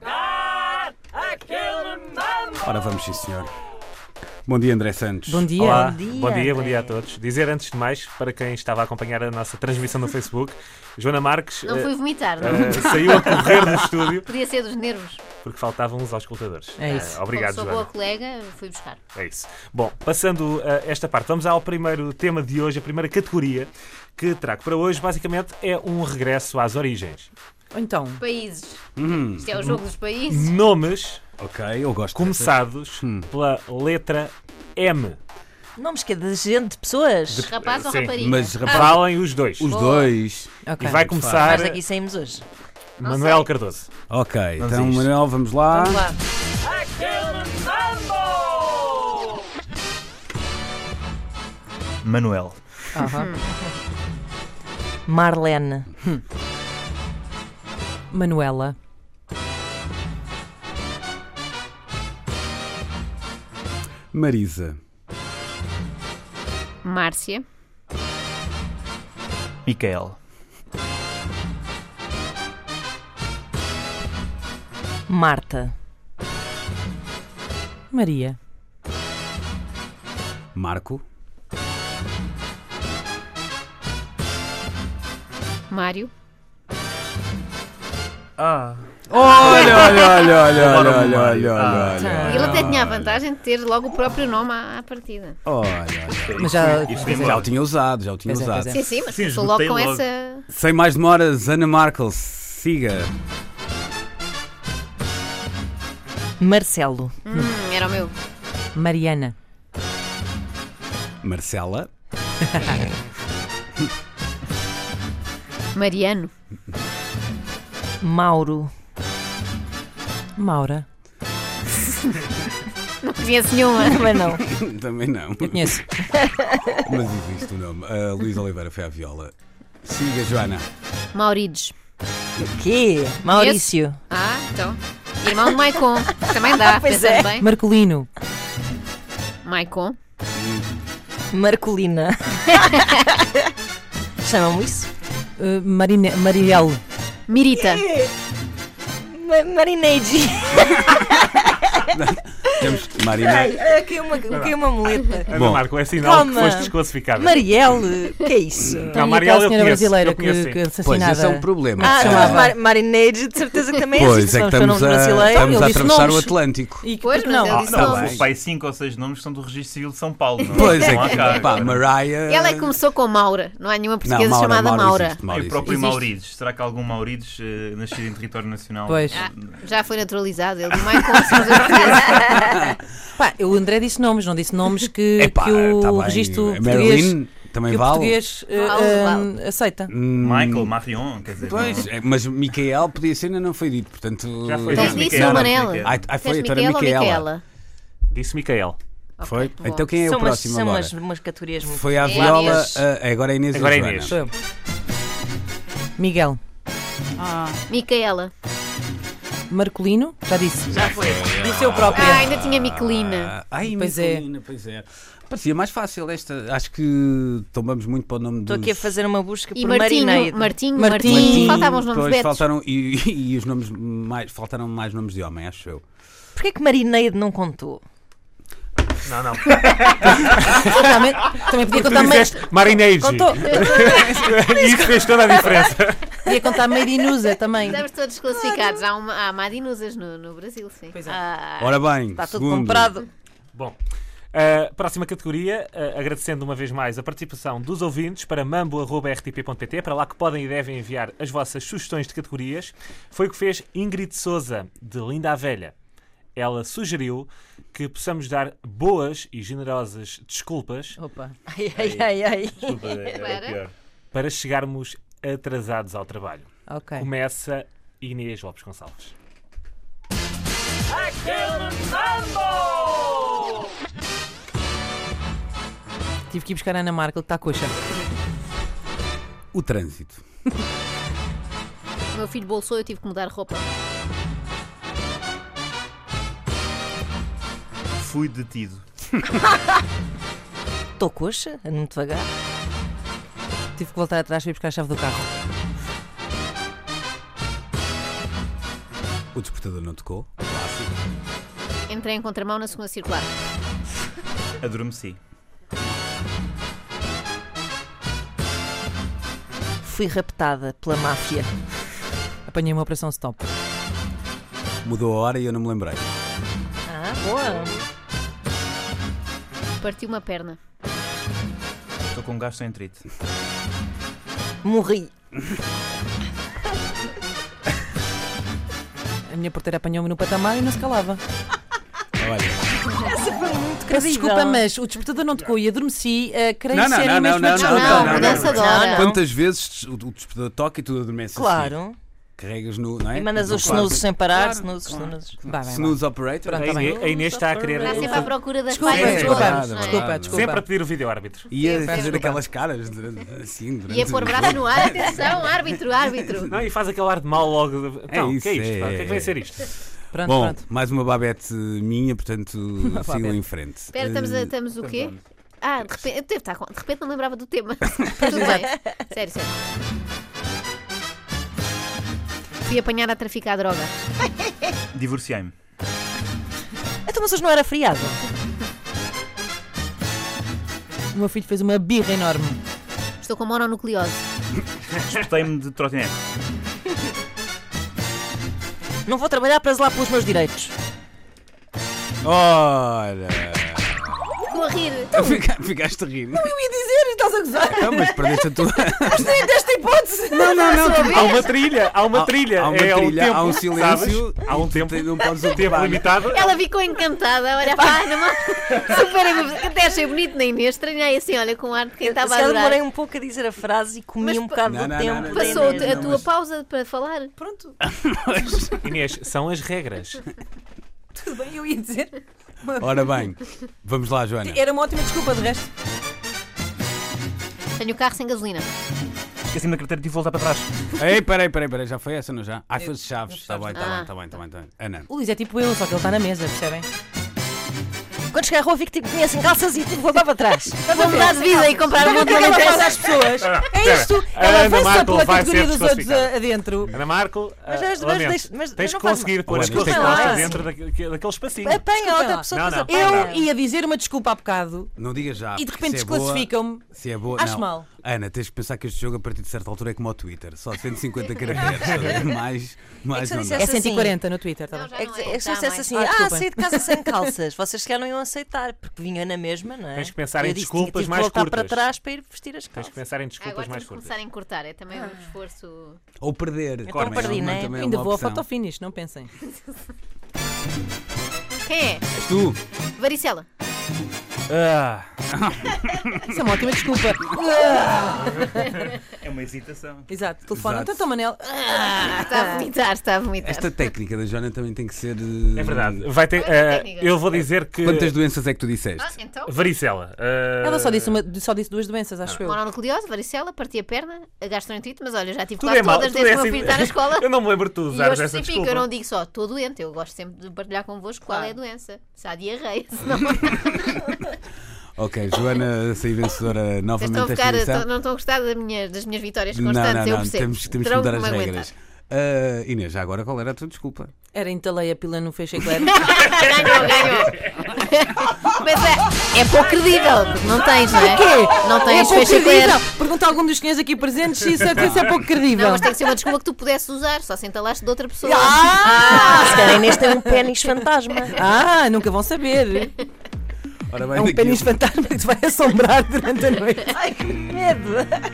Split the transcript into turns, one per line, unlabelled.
jogar aquele mambo.
Ora vamos, sim senhor. Bom dia, André Santos.
Bom dia.
Olá,
Bom
bom dia, bom dia a todos. Dizer antes de mais, para quem estava a acompanhar a nossa transmissão no Facebook, Joana Marques
Não
eh,
fui vomitar, não.
eh, saiu a correr do estúdio
Podia ser dos nervos.
porque faltavam uns auscultadores.
É isso.
Eh, obrigado,
Como sou
Joana.
boa colega, fui buscar.
É isso. Bom, passando a esta parte, vamos ao primeiro tema de hoje, a primeira categoria que trago para hoje, basicamente, é um regresso às origens.
Ou Então,
Países.
Hum,
Isto é o jogo dos países.
Uhum. Nomes
ok, eu gosto.
começados
Hum.
pela letra M.
nomes que é de gente, de pessoas.
Rapaz ou
Sim,
rapariga?
Ah,
Mas, rapaz,
Valem os dois.
os
Boa.
dois.
Ok.
E vai começar
Nós
é
daqui é saímos hoje.
Manuel Cardoso.
Ok, então,
a isto.
Manuel, vamos lá.
Vamos lá.
Aquele mambo.
Manuel.
Aham. Marlene. Hum. Manuela.
Marisa,
Márcia.
Micael.
Marta. Maria.
Marco,
Mário.
Olha, olha, olha, olha, olha,
Adoro
olha,
Mário.
olha, olha, olha.
Ele até tinha a vantagem de ter logo o próprio nome à, à partida.
Ah,
Olha,
Mas já.
é
já o tinha usado, já o tinha
tá. Pois é, pois
usado.
Sim,
é.
sim, mas
Sim,
começou logo
esgotei
com
logo.
essa.
Sem mais demoras, Ana Markel, siga.
Marcelo.
Hum, era o meu.
Mariana.
Marcela,
Mariano.
Mauro. Maura.
Não conheço nenhuma.
Também não.
também não,
Eu conheço.
mas existe o nome. A Luís Oliveira foi à viola. Siga, Joana.
Maurides.
Quê? Maurício. Ah,
Ah, então. Irmão de Maicon. Também dá, pensando Ah,
é.
é.
bem.
Marcolino.
Maicon.
Marcolina. Chamam isso?
Uh, Marine... Mariel.
Mirita.
Ma Marineide.
Temos Marina.
É,
Ah, caiu uma, caiu uma muleta.
Ana
Bom.
Marco, é sinal
Calma.
que foste desclassificada.
Marielle, que é isso?
Então, e
Mariel
aquela
eu
senhora
conheço,
brasileira
eu conheço,
que, que
sim.
Pois,
assassinava.
esse é um problema.
Ah,
Chamava-
então, Mar Marineide, de certeza que também é
Pois
isso.
é que
são os
estamos
nomes
a,
brasileiros.
estamos
Então,
a
Eles dizem
atravessar o
nomes.
Atlântico.
E
Pois,
depois
mas
Ah,
ele
não.
disse
não,
nomes.
Pois.
Os pai cinco ou seis nomes são do Registro Civil de São Paulo. Não?
Pois é
Não há cá.
que, pá, Mariah.
Ela é que começou com Maura. Não há nenhuma
Não,
portuguesa
Maura,
chamada
Maura
Maura.
existe,
E
Maura
o próprio
existe.
Maurides. Será que algum Maurides eh, nascido em território nacional?
Pois.
Ah, já foi naturalizado. Ele do Maicon. se usa português.
Pá, o André disse nomes, não disse nomes que,
Ah. Epá,
que o
tá bem. é
registro
A
português,
Marilyn também
que o
vale.
português eh,
Vale,
eh,
vale.
aceita.
Hum.
Michael, Marion, quer dizer.
Pois,
não-
é, mas Micael podia ser, ainda não foi dito, portanto.
Já foi
não-
dito,
Disse
Micaela,
o Manela.
Micaela.
Ai, ai, foi,
Disseste
então era
Micaela ou
Micaela.
Micaela?
Disse Micael.
Foi?
Ok, tá
Então
bom.
quem é
São
o
umas,
próximo
são
agora?
umas, umas categorias muito.
Foi à
É
viola,
Inês.
a- agora é Inês e
Agora é
Joana.
Inês.
Sou eu. Miguel.
Micaela.
Marcolino, já disse. Já foi. Disse eu próprio.
Ah, ainda tinha Miquelina.
Ah, ai,
Pois
pois
é.
é. pois é. Parecia mais fácil esta. Acho que tombamos muito para o nome
Estou
dos...
aqui a fazer uma busca
E
por
Martinho,
Marineide.
Martinho, Martinho,
Martinho.
Faltavam os nomes
Pois
betos.
faltaram e, e os nomes mais faltaram mais nomes de homem, acho eu.
Porquê que Marineide não contou?
Não, não.
Também, também podia
Tu
contar, ma
disseste Marineide.
contou,
Isso fez toda a diferença.
podia contar Meirinusa também.
Estamos todos classificados. Há, uma, há Madinusas no, no Brasil, sim. Pois é.
Ora bem,
Está tudo
segundo.
comprado.
Bom, uh, próxima categoria, uh, agradecendo uma vez mais a participação dos ouvintes para mambo.rtp.pt, é para lá que podem e devem enviar as vossas sugestões de categorias. Foi o que fez Ingrid Souza, de Linda a Velha. Ela sugeriu que possamos dar boas e generosas desculpas
Opa.
Ai, ai, ai, ai.
Desculpa, é- é o
Espera.
pior.
para chegarmos atrasados ao trabalho.
Ok.
Começa Inês Lopes Gonçalves.
Aquele mambo.
Tive que ir buscar a Ana Markel, que está coxa.
O trânsito.
O meu filho bolsou eu tive que mudar roupa.
Fui detido.
Estou coxa, ando muito devagar.
Tive que voltar atrás para ir buscar a chave do carro.
O despertador não tocou.
Entrei em contramão na segunda circular.
Adormeci.
Fui raptada pela máfia.
Apanhei uma operação stop.
Mudou a hora e eu não me lembrei.
Ah, boa.
Parti uma perna.
Estou com um gastroenterite.
Morri.
A minha porteira apanhou-me no patamar e não se calava.
Olha,
Peço
Incrível.
desculpa, mas o despertador não tocou e adormeci. eh, creio
Não, não, não,
seriamente
não,
na
não,
desculpa.
não, não, mudança de hora. Não.
quantas vezes o o despertador toca e tu adormeces? assim?
Claro.
Carregas no. Não é?
E mandas
No
os
quarto.
snoozes sem parar.
Claro,
snooze, Ah,
claro.
snooze.
Vá, vá, vá.
Snooze operator.
Pronto,
A
tá bem.
Inês, a Inês está a querer.
Está Tá sempre à procura das
Desculpa,
falhas
desculpa,
todas, não é?
desculpa, desculpa.
Sempre a pedir o vídeo árbitro.
E a
Peço
fazer
desculpa.
aquelas caras durante- assim. Durante
E a pôr braço no ar, atenção, árbitro, árbitro.
Não, e faz aquele ar de mal logo.
É
Não, o
isso,
que é isto?
é-
pá? O que é que vai ser isto?
Pronto,
Bom,
pronto.
mais uma babete minha, portanto, sigam
babete.
em frente.
Espera, estamos, a-
Eh,
estamos o quê? Ah, de repente, eu devo estar com- de repente não lembrava do tema. Tudo bem. Sério, sério. Fui apanhada a traficar droga.
Divorciei-me.
Então, mas hoje não era feriado.
O meu filho fez uma birra enorme.
Estou com mononucleose.
Espetei-me de trotinete.
Não vou trabalhar para zelar pelos meus direitos.
Ora!
Estou a rir.
Fica- Ficaste rindo.
Eu ia dizer, estás a gozar.
Não, mas perdeste a tua.
Nem desta hipótese. Não, não, não.
Há uma trilha, há uma trilha.
Há uma
é o
trilha,
tempo,
há um silêncio.
sabes? Há um
Tu
tempo,
te- Não podes
tempo
ocupar.
limitado.
Ela ficou encantada, olha, pá, na mão. Super, emocionante. até achei bonito na Inês, estranhei assim, olha, com ar de quem estava a
Se calhar
adorar.
demorei um pouco a dizer a frase e comi
Mas
um
pa-
bocado
Não,
do
não,
tempo.
não, não,
da
Passou a,
Inês.
tu- a
Não,
tua
mas-
pausa para falar? Pronto.
um-
Inês, são as regras.
Tudo bem, eu ia dizer.
Ora bem, vamos lá, Joana.
Era uma ótima desculpa, de resto.
Tenho o carro sem gasolina.
Esqueci-me da carteira e tive de voltar para trás.
Ei, peraí, peraí, peraí, já foi essa, não já? Ai, foi de chaves. Está bem, está bem, está bem, está bem, tá bem. Ana.
O Luís é tipo eu, só que ele está na mesa, percebem?
Quando cheguei à rua, vi que
tipo,
te conhecem calças e vou lá para trás.
Vou mudar de vida e comprar um
Sabe o
monte de
que é que ela faz
maneira.
às pessoas? É
Espera,
isto.
a
Ela
Ana
avança
Markel
pela
vai
categoria
ser
dos outros
desclassificada.
a- adentro.
Ana Marco,
Mas,
ah,
mas,
lamento.
mas, mas
tens
não
que
faz
conseguir
mal.
pôr as
Olha,
tuas
desculpa
lá.
costas dentro daquele, daquele espacinho.
Apanha outra
lá.
pessoa
Não,
que
não.
as apanha.
Eu ia dizer uma desculpa há bocado
Não digas já.
e de
porque
repente
se é boa-
desclassificam-me.
Se é boa,
Acho
não.
mal.
Ana, tens que pensar que este jogo, a partir de certa altura, é como o Twitter. Só 150 caracteres. mais mais
se eu
não dá.
dissesse-
É
Assim.
140 no Twitter, está
Não,
bem?
já
É
não
que,
é,
é que se
já
eu
há
dissesse
mais.
assim,
Ah,
ah,
desculpem.
saí de casa sem calças, vocês se calhar não iam aceitar, porque vinham na mesma, não é?
Tens que pensar
Eu
em
disse, tinha-
desculpas
tive que
mais
voltar
curtas.
para trás para ir vestir as
Tens que
calças.
pensar em
Ah, Agora
desculpas
temos
mais
que
curtas.
começar a encurtar, é também um esforço.
Ou perder.
Então
também,
perdi,
não é?
né?
Também é
Ainda
uma
vou a
opção.
fotofinish, não pensem.
Quem é?
És tu.
Varicela.
Ah,
Isso é uma ótima desculpa.
É uma hesitação.
Exato, telefone.
Exato.
Então toma nele.
Está a vomitar, está a vomitar.
Esta técnica da Joana também tem que ser. eh,
é verdade. Vai ter, ah, eu vou dizer que.
Quantas doenças é que tu
Ah,
disseste?
então?
Varicela. ah,
Ela só disse, uma- só disse duas doenças, acho eu.
Mononucleose, varicela, parti a perna, a gastroenterite, mas olha, já tive
Tudo
quase
é mal.
todas
tudo é
desde que o meu
assim.
filho está na escola.
Eu não me lembro de tu
E
usares
hoje
essa
justifico,
desculpa.
eu não digo só, estou doente, eu gosto sempre de partilhar convosco qual é a doença. Se há diarreia, se não.
Ok, Joana saiu vencedora
Vocês estão Ah. a
novamente desta
ficar,
edição.
estão- não estão a gostar da minha- das minhas vitórias
Não,
constantes,
não,
eu
não,
percebo.
temos, temos que
Terão
mudar
me
as
aguentar.
regras. Ah, Inês, já agora qual era a tua desculpa?
Era entalei a pila no feixe eclair.
Ah, Ganhou, ganhou. Mas é, é pouco credível, porque não tens, não é?
Porquê?
Não
É
tens
pouco
fecha
credível. Pergunta a algum dos senhores aqui presentes se isso é, se isso é pouco credível.
Não, mas tem que ser uma desculpa que tu pudesses usar, só se entalaste de outra pessoa.
Ah, se calhar neste é um pênis fantasma.
Ah, nunca vão saber.
Ora bem,
É um
daqui a
pênis fantasma que te vai assombrar durante a noite.
Ai, que medo!